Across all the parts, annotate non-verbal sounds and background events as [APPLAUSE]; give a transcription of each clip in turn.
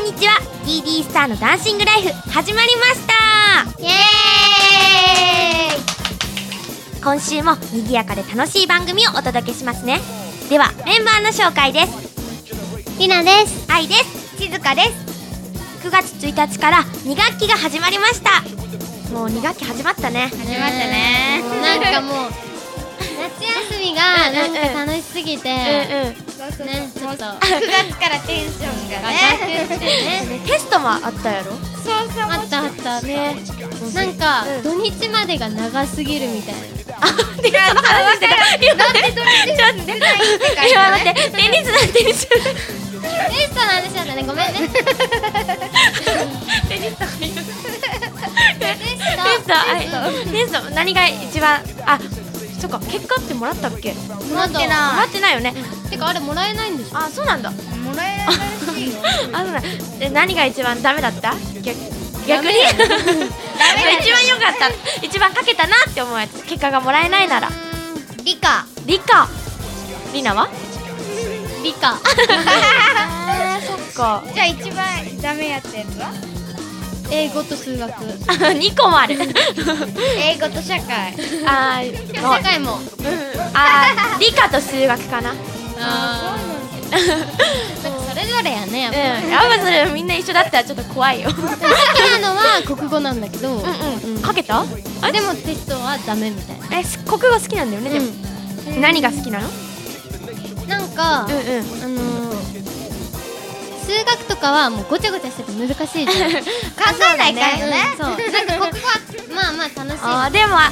にちは DD スターのダンシングライフ始まりましたイエーイ今週も賑やかで楽しい番組をお届けしますねではメンバーの紹介ですりなです愛です静香です9月1日から2学期が始まりましたもう2学期始まったね始まったねなんかもう夏休みがなんか楽しすぎてねうんうんちょっと上がっ月からテンションてがるねテストもあったやろそうそうあったあったあったねなんかうん土日までが長すぎるみたいな [LAUGHS] あ、テニスの話してる今待って、ちょっと待って今待って、テニスだ、テニステストの話だったねご [LAUGHS] めんねテステスト、あテスト、何が一番あ、そっか、結果ってもらったっけもト持ってらなってないよねいてかあれもらえないんでしょあ、そうなんだもらえないらしいよ [LAUGHS] あ、そうなんえ何が一番ダメだった逆逆に [LAUGHS] 一番良かった一番かけたなって思うやつ結果がもらえないなら理科理科りなは理科そっ [LAUGHS] かじゃあ一番ダメやったやつは英語と数学あ、2個も [LAUGHS] ある英語と社会あー、社もう会もあー理科と数学 [LAUGHS] かな。うん、あーなんかそれぞれやねやっぱアバズルみんな一緒だったらちょっと怖いよ。う好きなのは国語なんだけど、んうん。かけた？あでもテストはダメみたいな、え、す国語好きなんだよね。でも、何が好きなの？なんか、んうん。あのー、数学とかはもうごちゃごちゃしてて難しいじゃ [LAUGHS] ん考えないかんよねうんそうなんか国語はまあまあ楽しいあーでもあ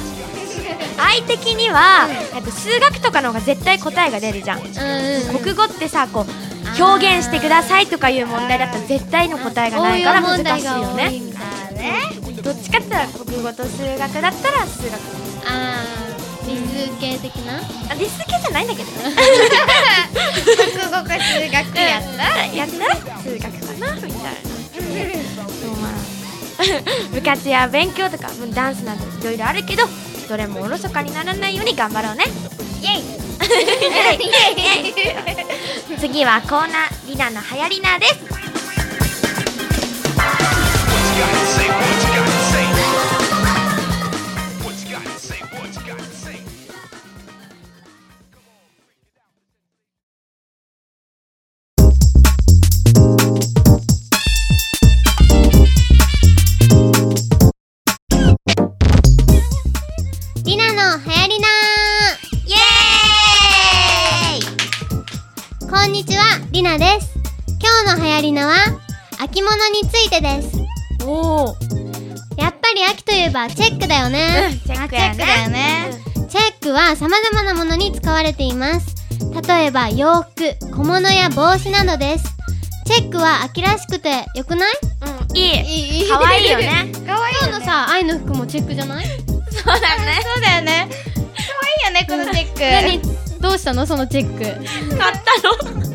愛的には、えっと数学とかの方が絶対答えが出るじゃん。うんうん国語ってさこう。表現してくださいとかいう問題だったら絶対の答えがないから難しいよ応用問題が多いねみたいあねどっちかって言ったら国語と数学だったら数学あー理数系的なあ理数系じゃないんだけどね国語か数学やったやったら数学かなみたいなそうまあ [LAUGHS] 部活や勉強とかもうダンスなどいろいろあるけどどれもおろそかにならないように頑張ろうねイエイ次はコーナーリナの流行りなです Say what you gotta say. What you gotta say, what you gotta say. りなの流行りなイエーイこんにちはりなです今日の流行りなは秋物についてですおお、うん、やっぱり秋といえばチェックだよね、チェックやねチェックだよねチェックは様々なものに使われています例えば洋服、小物や帽子などですチェックは秋らしくて良くないうん、うん、いいい可愛いよね可愛い今よ日のねさ、愛の服もチェックじゃないそうだねそうだよね可愛いよねこのチェック何どうしたのそのチェックえ、買ったのあ、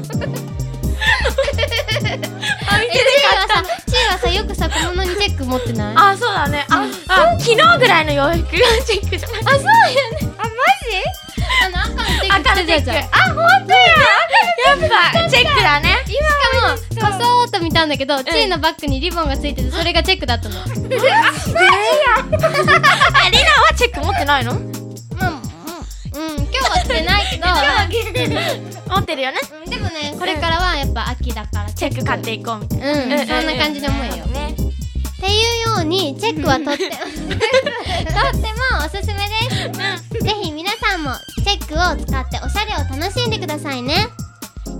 見てるチーはさ、チーはさ、よくさ、小物にチェック持ってないあ、そうだねあ、あ、昨日ぐらいの洋服がチェックじゃないあ、そうよねあマジあの赤のチェック赤のチェックしかも、あ、本当ややっぱチェックだねパソーっと見たんだけど、チーのバッグにリボンがついててそれがチェックだったのあ、レナはチェック持ってないの持うん、 [LAUGHS] 今日は着てないけどってるよねうんでもね、これからはやっぱ秋だからチェック買っていこうみたいなうん、そんな感じで思うよ。っねていうようにチェックはとってとってもおすすめです。ぜひ皆さんもチェックを使っておしゃれを楽しんでくださいね。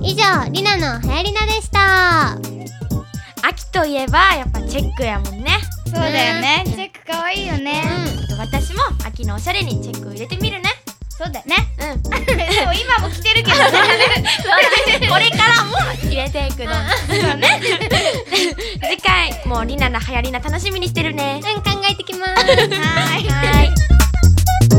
以上、りなのはやりなでした。秋といえばやっぱチェックやもんねそうだよねチェック可愛いよねう私も秋のおしゃれにチェックを入れてみるねそう [LAUGHS] だよねうん [LAUGHS] こそう今も着てる [LAUGHS] けどねれからも入れていくのそうね [LAUGHS] 次回もリナの流行りな楽しみにしてるねん、うん、考えてきます。 [LAUGHS] はいはい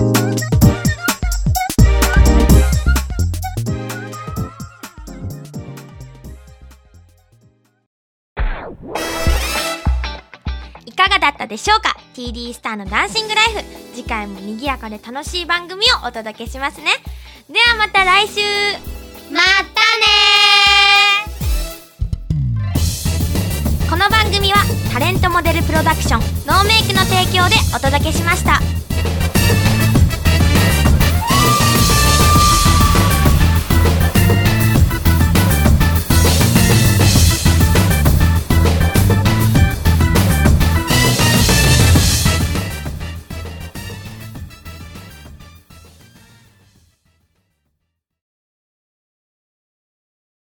いかがだったでしょうか TD スターのダンシングライフ次回も賑やかで楽しい番組をお届けしますねではまた来週またねープロダクションノーメイクの提供でお届けしました。